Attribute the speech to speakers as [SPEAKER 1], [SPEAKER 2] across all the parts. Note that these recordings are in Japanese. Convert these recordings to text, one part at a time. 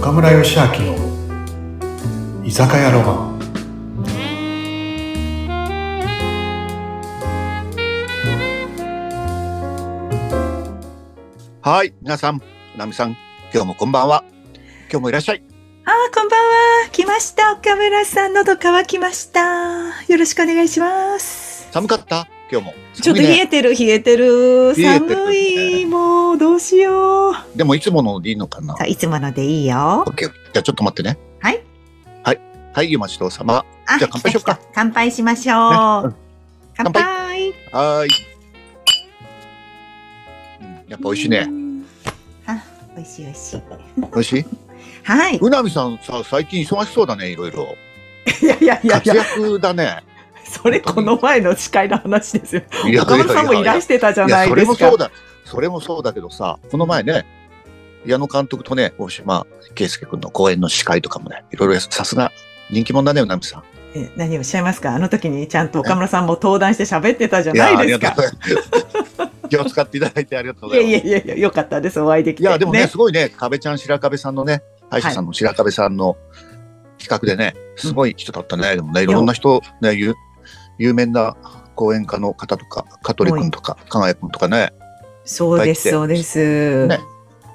[SPEAKER 1] 岡村義明の居酒屋ロマン
[SPEAKER 2] はい、皆さん、ナミさん、今日もこんばんは。今日もいらっしゃい。
[SPEAKER 3] あー、こんばんは。来ました。岡村さん、喉乾きました。よろしくお願いします。
[SPEAKER 2] 寒かった今日も。
[SPEAKER 3] ちょっ
[SPEAKER 2] 寒
[SPEAKER 3] と
[SPEAKER 2] い
[SPEAKER 3] 冷
[SPEAKER 2] ね
[SPEAKER 3] えてる、冷えてる。
[SPEAKER 2] 冷えてる
[SPEAKER 3] 寒い。もう、どうしよう。さ
[SPEAKER 2] でもいつものでいいのかな
[SPEAKER 3] あ、いつものでいいよ
[SPEAKER 2] オ。ッケー。じゃあちょっと待ってね。
[SPEAKER 3] はい。
[SPEAKER 2] はい。はい、ゆまちとうさま。
[SPEAKER 3] あ
[SPEAKER 2] じゃあ乾杯しようか
[SPEAKER 3] 来た来た乾杯しましょう。
[SPEAKER 2] ね乾
[SPEAKER 3] 乾杯。
[SPEAKER 2] はーい。うんやっぱ美味しいね。
[SPEAKER 3] うん。あ、美味しい美味しい。
[SPEAKER 2] 美味しい
[SPEAKER 3] はい。
[SPEAKER 2] うなみさんさ、最近忙しそうだね、いろいろ。
[SPEAKER 3] いやいやい
[SPEAKER 2] 活、躍だ ね。
[SPEAKER 3] それこの前の司会の話ですよ。
[SPEAKER 2] いや
[SPEAKER 3] 岡村さんもいらしてたじゃ
[SPEAKER 2] い
[SPEAKER 3] な
[SPEAKER 2] や、
[SPEAKER 3] い
[SPEAKER 2] そ
[SPEAKER 3] で
[SPEAKER 2] れ
[SPEAKER 3] す
[SPEAKER 2] も
[SPEAKER 3] か。
[SPEAKER 2] そうだ。それもそうだけどさ、この前ね、矢野監督とね、大島圭介君の公演の司会とかもね、いろいろさすが人気者だね、うなみさん。
[SPEAKER 3] え何をおっしゃいますかあの時にちゃんと岡村さんも登壇して喋ってたじゃ
[SPEAKER 2] いや
[SPEAKER 3] ないです
[SPEAKER 2] あり。
[SPEAKER 3] か
[SPEAKER 2] がとうございます。 気を使っていただいてありがとうござ
[SPEAKER 3] い
[SPEAKER 2] い
[SPEAKER 3] や
[SPEAKER 2] ます。
[SPEAKER 3] いやいやいや、よかったです、お会いでき
[SPEAKER 2] い
[SPEAKER 3] て。
[SPEAKER 2] やでもね、すごいね、壁ちゃん、白壁さんのね、歯医者さんの白壁さんの企画でね、すごい人だったね。でもね、いろんな人、ね、有有名な講演家の方とか、香取君とか、加賀谷君とかね、
[SPEAKER 3] そうです、
[SPEAKER 2] いっぱ
[SPEAKER 3] そうです。
[SPEAKER 2] ね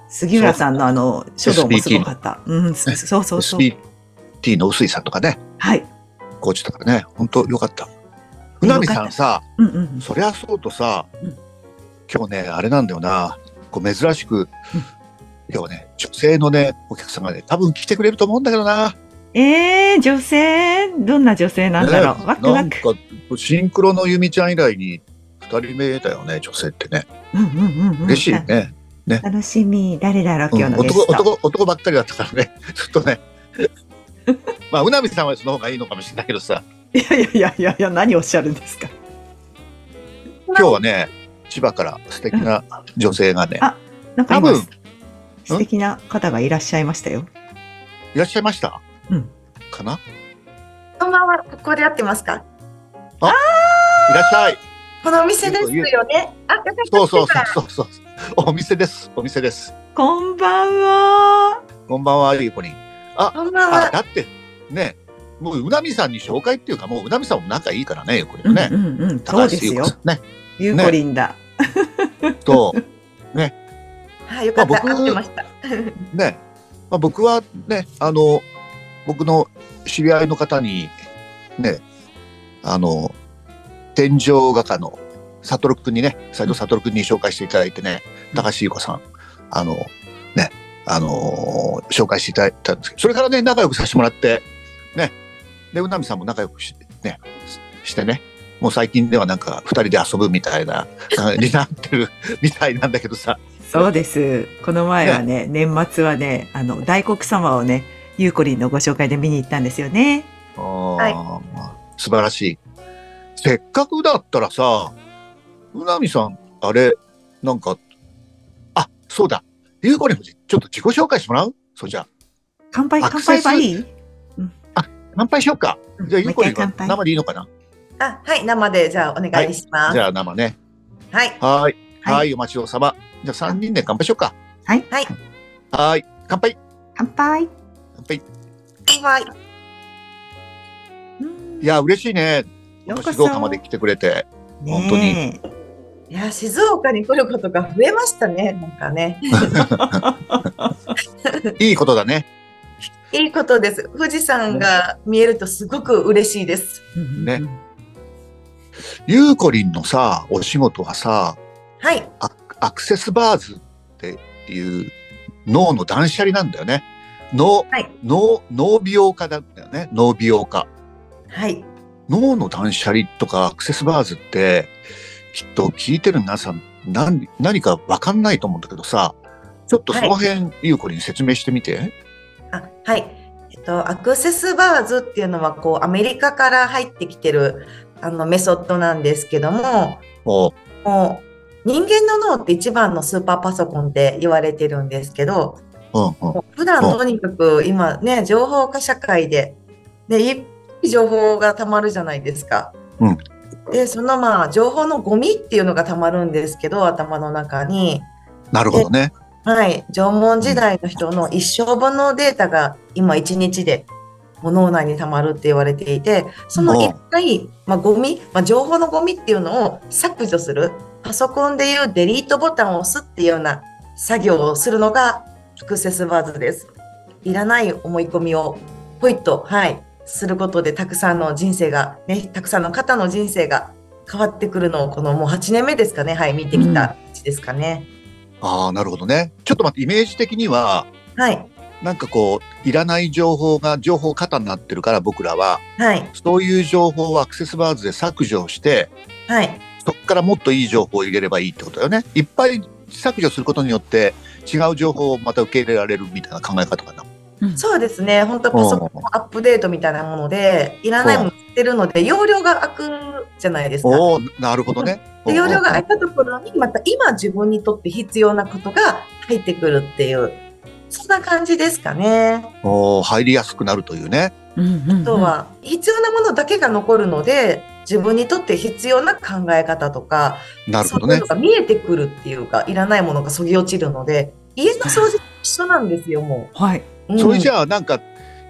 [SPEAKER 3] 杉浦さんのあの、書道もすごかった。うん、そそうそうそう。
[SPEAKER 2] SPT の臼井さんとかね、
[SPEAKER 3] はい。
[SPEAKER 2] コーチとかね、本当よかった。うなみさんさ、
[SPEAKER 3] うんうん。
[SPEAKER 2] そりゃそうとさ
[SPEAKER 3] うん、
[SPEAKER 2] 今日ね、あれなんだよな、こう珍しく
[SPEAKER 3] うん、
[SPEAKER 2] 今日ね、女性のね、お客様がね、多分来てくれると思うんだけどな。
[SPEAKER 3] えー、女性どんな女性なんだろう。ワクワク。
[SPEAKER 2] なんかシンクロのゆみちゃん以来に2人目だよね女性ってね
[SPEAKER 3] うんうんうんうん。
[SPEAKER 2] 嬉しいね、
[SPEAKER 3] あ。楽しみ。誰だろう、
[SPEAKER 2] うん
[SPEAKER 3] 今日のゲ
[SPEAKER 2] 男
[SPEAKER 3] スト。
[SPEAKER 2] 男男ばっかりだったからね ちょっと ねまあうなみさんはその方がいいのかもしれないけどさ
[SPEAKER 3] いやいやいやいやいや、何をおっしゃるんですか。
[SPEAKER 2] 今日はね千葉から素敵な女性がね
[SPEAKER 3] あなんか
[SPEAKER 2] 多
[SPEAKER 3] 今
[SPEAKER 2] 分、
[SPEAKER 3] 素敵な方がいらっしゃいましたよ。
[SPEAKER 2] いらっしゃいました
[SPEAKER 3] うん
[SPEAKER 2] かな
[SPEAKER 4] こんばんは、ここで合ってますか。
[SPEAKER 2] いらっしゃい
[SPEAKER 4] このお店ですよね。あ、よかった
[SPEAKER 2] そうそうそうそうそうお店ですお店です
[SPEAKER 3] こんばんは。
[SPEAKER 2] こんばんはゆうこりん
[SPEAKER 4] こんばん
[SPEAKER 2] あ
[SPEAKER 4] は。
[SPEAKER 2] だってねもううなみさんに紹介っていうかもううなみさんも仲いいからねゆうこり
[SPEAKER 3] うんん
[SPEAKER 2] ね、
[SPEAKER 3] うんうん。そ
[SPEAKER 2] 高
[SPEAKER 3] う
[SPEAKER 2] 橋
[SPEAKER 3] で
[SPEAKER 2] 優
[SPEAKER 3] す
[SPEAKER 2] 子
[SPEAKER 3] よ
[SPEAKER 2] さ。んね
[SPEAKER 3] ゆうこりんだ。
[SPEAKER 2] と、
[SPEAKER 4] はい、よかった、
[SPEAKER 2] まあ僕
[SPEAKER 4] 合ってました。
[SPEAKER 2] ね、まあ、僕はね、あの、僕の知り合いの方に、ね、あの、天井画家のサトルくんにね、斎藤サトルくんに紹介していただいてね、高橋優子さん、あの、ね、あの紹介していただいたんですけど、それからね、仲良くさせてもらって、ね、で、うなみさんも仲良くし,、ね、してね、もう最近ではなんか二人で遊ぶみたいな感じになってるみたいなんだけどさ、
[SPEAKER 3] そうです。この前は ね、年末はね、あの、大黒様をね、ゆうこりんのご紹介で見に行ったんですよね。
[SPEAKER 4] い
[SPEAKER 2] ああ、素晴らしい。せっかくだったらさ、うなみさん、あれ、なんか、あ、そうだ、ゆうこりんもちょっと自己紹介してもらうそうじゃあ、
[SPEAKER 3] 乾杯、
[SPEAKER 2] ア
[SPEAKER 3] 乾
[SPEAKER 2] クセ
[SPEAKER 3] 杯
[SPEAKER 2] ス
[SPEAKER 3] はいい
[SPEAKER 2] 乾杯しようか。じゃあ、ゆうこりんは
[SPEAKER 3] もう一回乾
[SPEAKER 2] 生でいいのかな
[SPEAKER 4] あ、はい、生で、じゃあ、お願いします。
[SPEAKER 2] じ
[SPEAKER 4] は
[SPEAKER 2] ゃ
[SPEAKER 4] い、
[SPEAKER 2] あ、生ね。
[SPEAKER 4] はい、
[SPEAKER 2] はーい。
[SPEAKER 3] はい
[SPEAKER 2] はーい、お待ちどうさま。じゃあ、3人で乾杯しようか。
[SPEAKER 4] はい、
[SPEAKER 2] はーい。乾杯。
[SPEAKER 3] 乾杯。
[SPEAKER 2] 乾杯。
[SPEAKER 4] 乾杯。
[SPEAKER 2] いや、嬉しいね。
[SPEAKER 3] ようこそ
[SPEAKER 2] 静岡まで来てくれて。本当に
[SPEAKER 3] ねえ
[SPEAKER 4] いや、静岡に来ることが増えましたね。なんかね。
[SPEAKER 2] いいことだね。
[SPEAKER 4] いいことです。富士山が見えると、すごく嬉しいです。
[SPEAKER 2] ねゆうこりんのさ、お仕事はさ、
[SPEAKER 4] はい、
[SPEAKER 2] アアクセスバーズっていう脳の断捨離なんだよね。脳、
[SPEAKER 4] はい
[SPEAKER 2] 脳、脳美容家だったよね。脳美容家。
[SPEAKER 4] はい、
[SPEAKER 2] 脳の断捨離とかアクセスバーズって、きっと聞いてる皆さん、何、何かわかんないと思うんだけどさ、ちょっとその辺、ゆうこりん説明してみて。
[SPEAKER 4] あ、はい。えっと、アクセスバーズっていうのは、こう、アメリカから入ってきてる。あの、メソッドなんですけども。
[SPEAKER 2] お
[SPEAKER 4] もう人間の脳って一番のスーパーパソコンって言われてるんですけど、
[SPEAKER 2] うんうん。
[SPEAKER 4] もう普段
[SPEAKER 2] うん
[SPEAKER 4] とにかく今ね、情報化社会で、で、いっぱい情報がたまるじゃないですか。
[SPEAKER 2] うん
[SPEAKER 4] で、そのまあ、情報のゴミっていうのがたまるんですけど、頭の中に。
[SPEAKER 2] なるほどね。
[SPEAKER 4] はい、縄文時代の人の一生分のデータが今一日でもう脳内に溜まるって言われていて、その一回、まあ、ゴミ、まあ、情報のゴミっていうのを削除する、パソコンでいうデリートボタンを押すっていうような作業をするのがアクセスバーズです。いらない思い込みをポイッと、はい、することでたくさんの人生が、ね、たくさんの方の人生が変わってくるのをこのもう8年目ですかね、はい、見てきたうちですかね。
[SPEAKER 2] ああ、なるほどね。ちょっと待って、イメージ的には、
[SPEAKER 4] はい、
[SPEAKER 2] なんかこう、いらない情報が情報過多になってるから、僕らは、
[SPEAKER 4] はい、
[SPEAKER 2] そういう情報をアクセスバーズで削除して、
[SPEAKER 4] はい。
[SPEAKER 2] そこからもっといい情報を入れればいいってことだよね。いっぱい削除することによって、違う情報をまた受け入れられるみたいな考え方かな。
[SPEAKER 4] そうですね、本当パソコンのアップデートみたいなもので、いらないもの売ってるので、容量が空くじゃないですか。
[SPEAKER 2] おお、なるほどね。
[SPEAKER 4] で容量が空いたところに、また今自分にとって必要なことが入ってくるっていう、そんな感じですかね。
[SPEAKER 2] おお、入りやすくなるというね。
[SPEAKER 4] あとは、必要なものだけが残るので、自分にとって必要な考え方とか、
[SPEAKER 2] なる
[SPEAKER 4] そ
[SPEAKER 2] ほど
[SPEAKER 4] うい
[SPEAKER 2] ね
[SPEAKER 4] うの。が見えてくるっていうか、いらないものがそぎ落ちるので、家の掃除と一緒なんですよ、も
[SPEAKER 3] はい。
[SPEAKER 4] う。うん
[SPEAKER 2] それじゃあなんか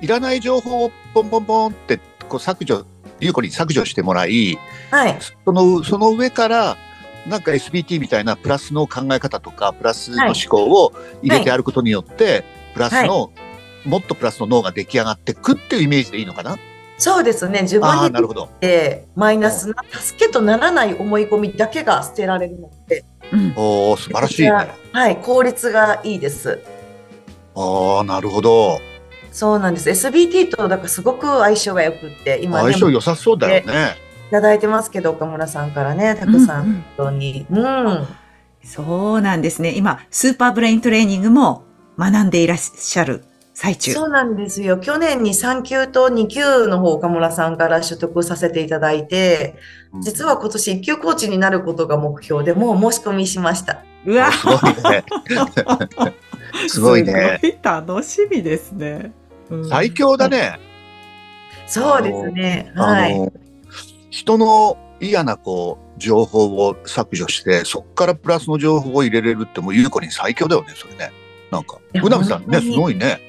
[SPEAKER 2] いらない情報をポンポンポンってこう削除優子に削除してもらい
[SPEAKER 4] はい。
[SPEAKER 2] そのその上からなんか SBT みたいなプラスの考え方とかプラスの思考を入れてやることによって、プラスの、もっとプラスの脳が出来上がってくっていうイメージでいいのかな
[SPEAKER 4] そうですね、自分
[SPEAKER 2] ああ
[SPEAKER 4] に
[SPEAKER 2] なるほど
[SPEAKER 4] ってマイナスな助けとならない思い込みだけが捨てられるので、
[SPEAKER 3] うん
[SPEAKER 2] おー素晴らしいねあ
[SPEAKER 4] はい、効率がいいです。
[SPEAKER 2] あなるほど
[SPEAKER 4] そうなんです。SBT とだからすごく相性が良くって今
[SPEAKER 2] 相
[SPEAKER 4] で
[SPEAKER 2] 性
[SPEAKER 4] もい
[SPEAKER 2] 良さそうだよね
[SPEAKER 4] ただいてますけど岡村さんからねたくさん
[SPEAKER 3] う
[SPEAKER 4] 本
[SPEAKER 3] ん
[SPEAKER 4] 当に、うん
[SPEAKER 3] そうなんですね。今、スーパーブレイントレーニングも学んでいらっしゃる最中。
[SPEAKER 4] そうなんですよ。去年に3級と2級の方岡村さんから取得させていただいて実は今年1級コーチになることが目標でもう申し込みしました。
[SPEAKER 3] うわ
[SPEAKER 2] すごいねす ごいね
[SPEAKER 3] すごい楽しみですね。うん
[SPEAKER 2] 最強だね
[SPEAKER 4] そうですね。は
[SPEAKER 2] あ
[SPEAKER 4] い。
[SPEAKER 2] の人の嫌なこう情報を削除してそこからプラスの情報を入れれるってもう優子に最強だよねそれねなんか
[SPEAKER 4] いや
[SPEAKER 2] うなみさん
[SPEAKER 4] 本当
[SPEAKER 2] ねす
[SPEAKER 4] に
[SPEAKER 2] ごいね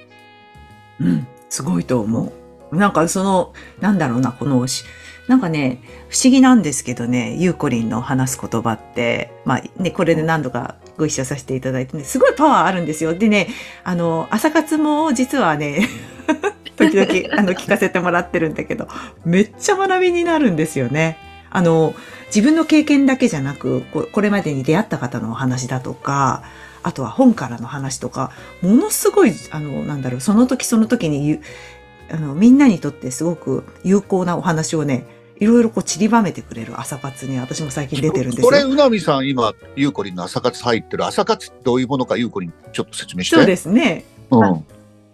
[SPEAKER 3] うん、すごいと思う。なんかその、なんだろうな、このし、なんかね、不思議なんですけどね、ゆうこりんの話す言葉って、まあね、これで何度かご一緒させていただいてね、すごいパワーあるんですよ。でね、あの、朝活も実はね、時々、あの、聞かせてもらってるんだけど、めっちゃ学びになるんですよね。あの、自分の経験だけじゃなく、ここれまでに出会った方のお話だとか、あとは本からの話とか、ものすごい、あの、なんだろう、その時その時にゆ、あの、みんなにとってすごく有効なお話をね、いろいろこう散りばめてくれる朝活に私も最近出てるんですよ。
[SPEAKER 2] これうなみさん今優子りんの朝活入ってる朝活ってどういうものか優子りんちょっと説明して
[SPEAKER 3] そうですね。
[SPEAKER 2] うん、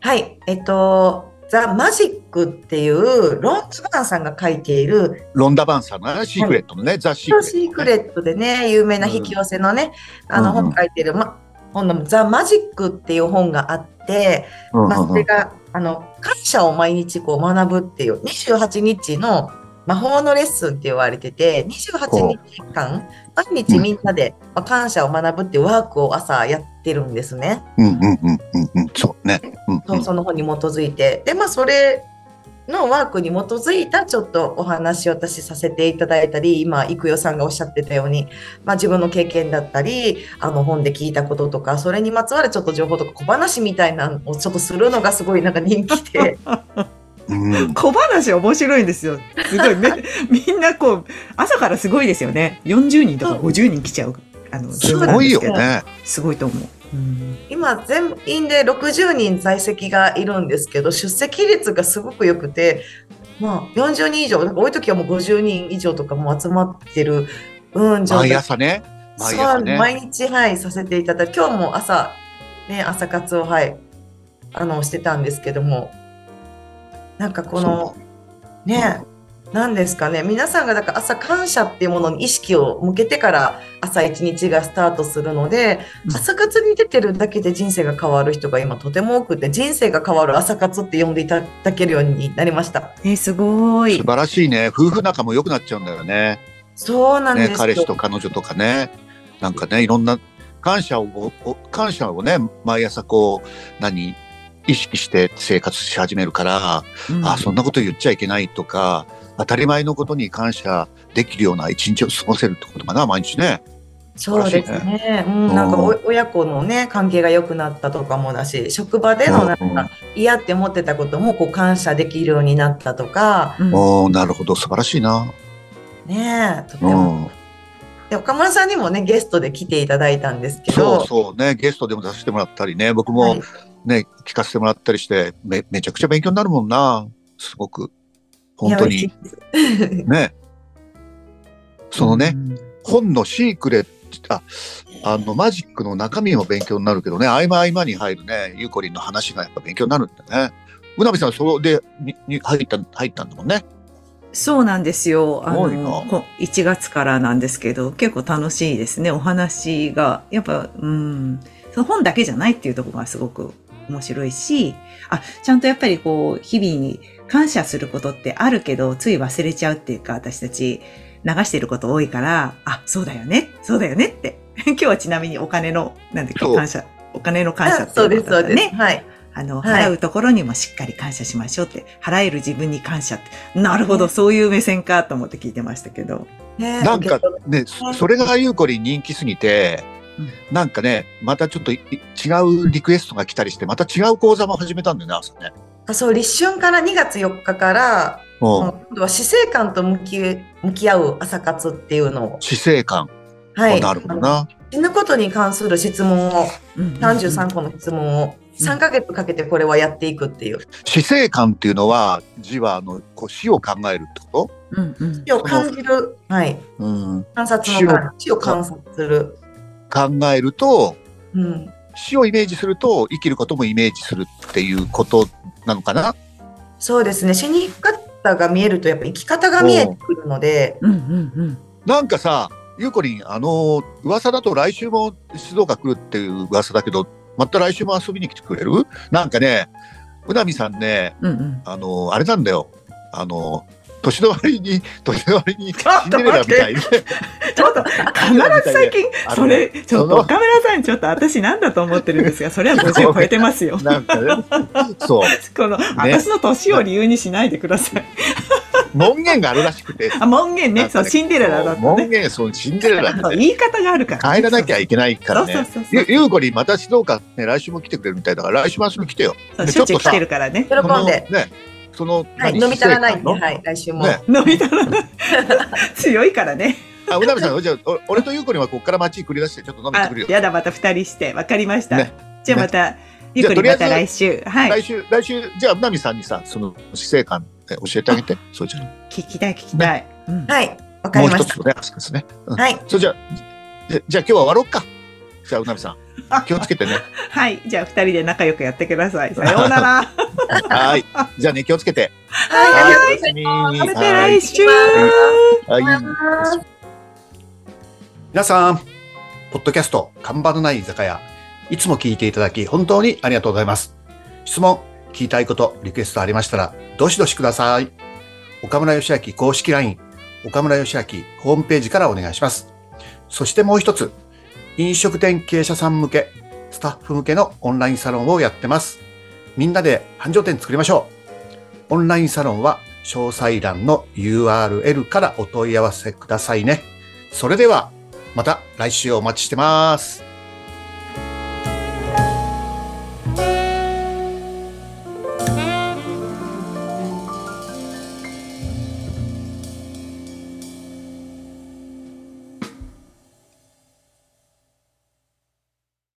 [SPEAKER 4] はい。えっと、ザ・マジックっていうロンズバーンさんが書いている
[SPEAKER 2] ロンダ・バンさんがねシークレットのね、ザ・シークレット、ね、
[SPEAKER 4] シークレットでね、有名な引き寄せのね、あの
[SPEAKER 2] うんうん
[SPEAKER 4] 本書いてる、ま、本のザ・マジックっていう本があって、
[SPEAKER 2] うんうん
[SPEAKER 4] まあ、
[SPEAKER 2] うん
[SPEAKER 4] それが、あの、感謝を毎日こう学ぶっていう、28日の魔法のレッスンって言われてて、28日間、毎日みんなで、まあ、感謝を学ぶっていうワークを朝やってるんですね。
[SPEAKER 2] うんうんうんうんうんそうねうん
[SPEAKER 4] そうその本に基づいて、でまあそれのワークに基づいたちょっとお話を私させていただいたり今育代さんがおっしゃってたように、まあ、自分の経験だったりあの本で聞いたこととかそれにまつわるちょっと情報とか小話みたいなのをちょっとするのがすごいなんか人気 で
[SPEAKER 2] うんうん
[SPEAKER 3] 小話面白いんですよ。すご い。めみんなこう、朝からすごいですよね。40人とか50人来ちゃう。あの、
[SPEAKER 2] す
[SPEAKER 4] そう
[SPEAKER 2] ごいよ
[SPEAKER 3] ズームなんです
[SPEAKER 2] ね
[SPEAKER 3] けど。すごいと思う。うん
[SPEAKER 4] 今全員で60人在籍がいるんですけど出席率がすごく良くて、まあ、40人以上なんか多い時はもう50人以上とかも集まってる。うん、状態
[SPEAKER 2] 毎朝ね毎
[SPEAKER 4] そ
[SPEAKER 2] 朝
[SPEAKER 4] う
[SPEAKER 2] ね
[SPEAKER 4] 毎日はいさせていただいて今日も朝ね朝活をはいあのしてたんですけどもなんかこのね何ですかね皆さんがだから朝感謝っていうものに意識を向けてから朝一日がスタートするので、
[SPEAKER 3] うん
[SPEAKER 4] 朝活に出てるだけで人生が変わる人が今とても多くて人生が変わる朝活って呼んでいただけるようになりました。
[SPEAKER 3] え、すごい
[SPEAKER 2] 素。晴らしいね夫婦仲も良くなっちゃうんだよね
[SPEAKER 4] そうなんです
[SPEAKER 2] ね、
[SPEAKER 4] よ
[SPEAKER 2] 彼氏と彼女とかね、なんかね、いろんな、感謝をお感謝をね毎朝こう何意識して生活し始めるから、
[SPEAKER 3] うん
[SPEAKER 2] あそんなこと言っちゃいけないとか当たり前のことに感謝できるような一日を過ごせるってことかな毎日ね。
[SPEAKER 4] そうです
[SPEAKER 2] 素晴
[SPEAKER 4] ね。うん、
[SPEAKER 2] うん
[SPEAKER 4] なんかお親子のね、関係が良くなったとかもだし、職場でのなん
[SPEAKER 2] うんうん
[SPEAKER 4] か嫌って思ってたこともこう感謝できるようになったとか、
[SPEAKER 3] うん
[SPEAKER 2] おーなるほど素晴らしいな。
[SPEAKER 4] ねえ、とて
[SPEAKER 2] う
[SPEAKER 4] も。
[SPEAKER 2] ん
[SPEAKER 4] で、岡村さんにもね、ゲストで来ていただいたんですけ
[SPEAKER 2] そう
[SPEAKER 4] ど、
[SPEAKER 2] そうねゲストでも出させてもらったりね僕
[SPEAKER 4] は
[SPEAKER 2] も
[SPEAKER 4] い
[SPEAKER 2] ね、聞かせてもらったりしてめめちゃくちゃ勉強になるもんなすごく本当
[SPEAKER 4] いや
[SPEAKER 2] に
[SPEAKER 4] 嬉しいです
[SPEAKER 2] ねそのね、
[SPEAKER 3] うん
[SPEAKER 2] 本のシークレットああのマジックの中身も勉強になるけどね合間合間に入るねゆうこりんの話がやっぱ勉強になるんだねうなみさんそれでにに入った入ったんだもんね
[SPEAKER 3] そうなんですよ。あ
[SPEAKER 2] すご
[SPEAKER 3] の
[SPEAKER 2] いな
[SPEAKER 3] こ1月からなんですけど、結構楽しいですね。お話が、やっぱ、うん、その本だけじゃないっていうところがすごく面白いし、あ、ちゃんとやっぱりこう、日々に感謝することってあるけど、つい忘れちゃうっていうか、私たち流してること多いから、あ、そうだよね、そうだよねって。 今日はちなみにお金の、なんていう
[SPEAKER 2] そう
[SPEAKER 3] か、感謝、お金の感謝
[SPEAKER 4] あ
[SPEAKER 3] ってい
[SPEAKER 4] そう
[SPEAKER 3] う
[SPEAKER 4] で
[SPEAKER 3] こ
[SPEAKER 4] す、
[SPEAKER 3] と
[SPEAKER 4] そ
[SPEAKER 3] だ
[SPEAKER 4] う
[SPEAKER 3] った
[SPEAKER 4] です。
[SPEAKER 3] ね。
[SPEAKER 4] はい。
[SPEAKER 3] あの、
[SPEAKER 4] はい
[SPEAKER 3] 払うところにもしっかり感謝しましょうって、払える自分に感謝って、なるほど、
[SPEAKER 4] ね
[SPEAKER 3] そういう目線かと思って聞いてましたけど。
[SPEAKER 4] ねえ
[SPEAKER 2] なんか
[SPEAKER 4] 受け取っ
[SPEAKER 2] ねそそれがゆうこりん人気すぎて
[SPEAKER 3] うん
[SPEAKER 2] なんかねまたちょっとい違うリクエストが来たりしてまた違う講座も始めたんだよね朝ね。
[SPEAKER 4] あそう、立春から2月4日から、
[SPEAKER 2] うん
[SPEAKER 4] 今度は死生観と向き向き合う朝活っていうのを、
[SPEAKER 2] 死生観、
[SPEAKER 4] はい、
[SPEAKER 2] なるほどな。
[SPEAKER 4] 死ぬことに関する質問を、33個の質問を3ヶ月かけてこれはやっていくっていう。
[SPEAKER 2] 死生観っていうのは字はあのこう死を考えるってこ
[SPEAKER 3] うんうん
[SPEAKER 4] 死を感じる、はい、
[SPEAKER 2] と、うん、
[SPEAKER 4] 観察の感死を観察する。
[SPEAKER 2] 考えると
[SPEAKER 4] うん、
[SPEAKER 2] 死をイメージすると生きることもイメージするっていうことなのかな。
[SPEAKER 4] そうですね。死に方が見えるとやっぱ生き方が見えてくるので、
[SPEAKER 3] うんうんうん。
[SPEAKER 2] なんかさゆうこりんあの噂だと来週も静岡来るっていう噂だけどまた来週も遊びに来てくれるなんかねうなみさんね
[SPEAKER 3] うん うん。
[SPEAKER 2] あのあれなんだよあの年の割に 年の割にシンデレラみたいに
[SPEAKER 3] ちょっと、必ず最近、
[SPEAKER 2] あの
[SPEAKER 3] そ
[SPEAKER 2] ね
[SPEAKER 3] れ、ちょっ
[SPEAKER 2] そ
[SPEAKER 3] と、
[SPEAKER 2] の。
[SPEAKER 3] 岡村さん、ちょっと私なんだと思ってるんですが、それは50超えてますよ
[SPEAKER 2] なんか ねそう
[SPEAKER 3] この、私の年を理由にしないでください。
[SPEAKER 2] 門限があるらしくて。
[SPEAKER 3] あ、門限
[SPEAKER 2] な
[SPEAKER 3] ね。
[SPEAKER 2] んか
[SPEAKER 3] そう、シンデレラだった
[SPEAKER 2] 門
[SPEAKER 3] ね。
[SPEAKER 2] 限、そう、シンデレラだ
[SPEAKER 3] そう
[SPEAKER 2] ね
[SPEAKER 3] 言い方があるから。
[SPEAKER 2] 帰らなきゃいけないから
[SPEAKER 3] そ
[SPEAKER 2] ね
[SPEAKER 3] うそうそう。そう
[SPEAKER 2] ゆゆうこりんまた静岡ね、来週も来てくれるみたいだから、来週も遊びに来てよ。
[SPEAKER 3] そう
[SPEAKER 2] で
[SPEAKER 3] しょっちゅ
[SPEAKER 2] ちょっ
[SPEAKER 3] う
[SPEAKER 2] とさ
[SPEAKER 3] 来てるからね。
[SPEAKER 2] そ
[SPEAKER 4] 喜
[SPEAKER 2] の
[SPEAKER 4] んで、
[SPEAKER 2] ね、その、
[SPEAKER 4] は
[SPEAKER 2] 何
[SPEAKER 4] い、飲み足らないんで、
[SPEAKER 2] 姿勢
[SPEAKER 4] はい、来週も。
[SPEAKER 2] ね
[SPEAKER 3] 飲みた らない。 強いからね。
[SPEAKER 2] 感のあ、うなみさん、じゃあ、お俺とゆうこりんはここから街に繰り出して、ちょっと飲みに
[SPEAKER 3] あ
[SPEAKER 2] 来る、よ。
[SPEAKER 3] やだ、また二人して。わかりました。
[SPEAKER 2] ね
[SPEAKER 3] じゃあまた、ゆ
[SPEAKER 2] じゃ
[SPEAKER 3] っ
[SPEAKER 2] あ
[SPEAKER 3] くりま
[SPEAKER 2] と
[SPEAKER 3] た
[SPEAKER 2] りあえ
[SPEAKER 3] 来週。はい。
[SPEAKER 2] 来週、来週、じゃあ、うなみさんにさ、その姿勢感、え教えてあげて。そうじゃん。
[SPEAKER 3] 聞きたい、聞きたい。うん
[SPEAKER 4] はい、わか
[SPEAKER 2] も
[SPEAKER 4] り
[SPEAKER 2] う
[SPEAKER 4] ま
[SPEAKER 2] 一
[SPEAKER 4] し
[SPEAKER 2] つ
[SPEAKER 4] た。
[SPEAKER 2] のね、あそこですね。うん
[SPEAKER 4] はい、
[SPEAKER 2] それじゃあ、じゃじゃあ今日は終わろうか。じゃあ、うなみさん、気をつけてね。
[SPEAKER 3] はい。じゃあ二人で仲良くやってください。さ ようなら。
[SPEAKER 2] はい。じゃあね、気をつけて。
[SPEAKER 4] はい、ありがとうございます。
[SPEAKER 2] い、おやすみ
[SPEAKER 3] また来週。
[SPEAKER 2] はい。はい
[SPEAKER 5] 皆さん、ポッドキャスト、看板のない居酒屋、いつも聞いていただき、本当にありがとうございます。質問、聞きたいこと、リクエストありましたら、どしどしください。岡村義明公式 LINE、岡村義明ホームページからお願いします。そしてもう一つ、飲食店経営者さん向け、スタッフ向けのオンラインサロンをやってます。みんなで繁盛店作りましょう。オンラインサロンは、詳細欄の URL からお問い合わせくださいね。それでは、また来週お待ちしてます。